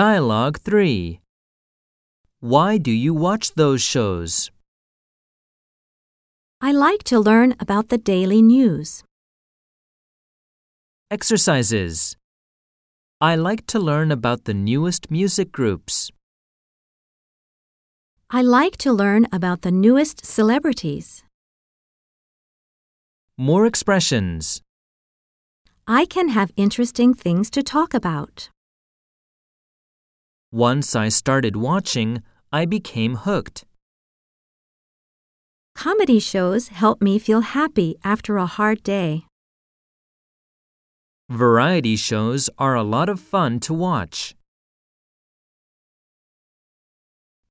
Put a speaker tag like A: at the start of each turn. A: Dialogue 3 Why do you watch those shows?
B: I like to learn about the daily news.
A: Exercises I like to learn about the newest music groups.
B: I like to learn about the newest celebrities.
A: More expressions.
B: I can have interesting things to talk about.
A: Once I started watching, I became hooked.
B: Comedy shows help me feel happy after a hard day.
A: Variety shows are a lot of fun to watch.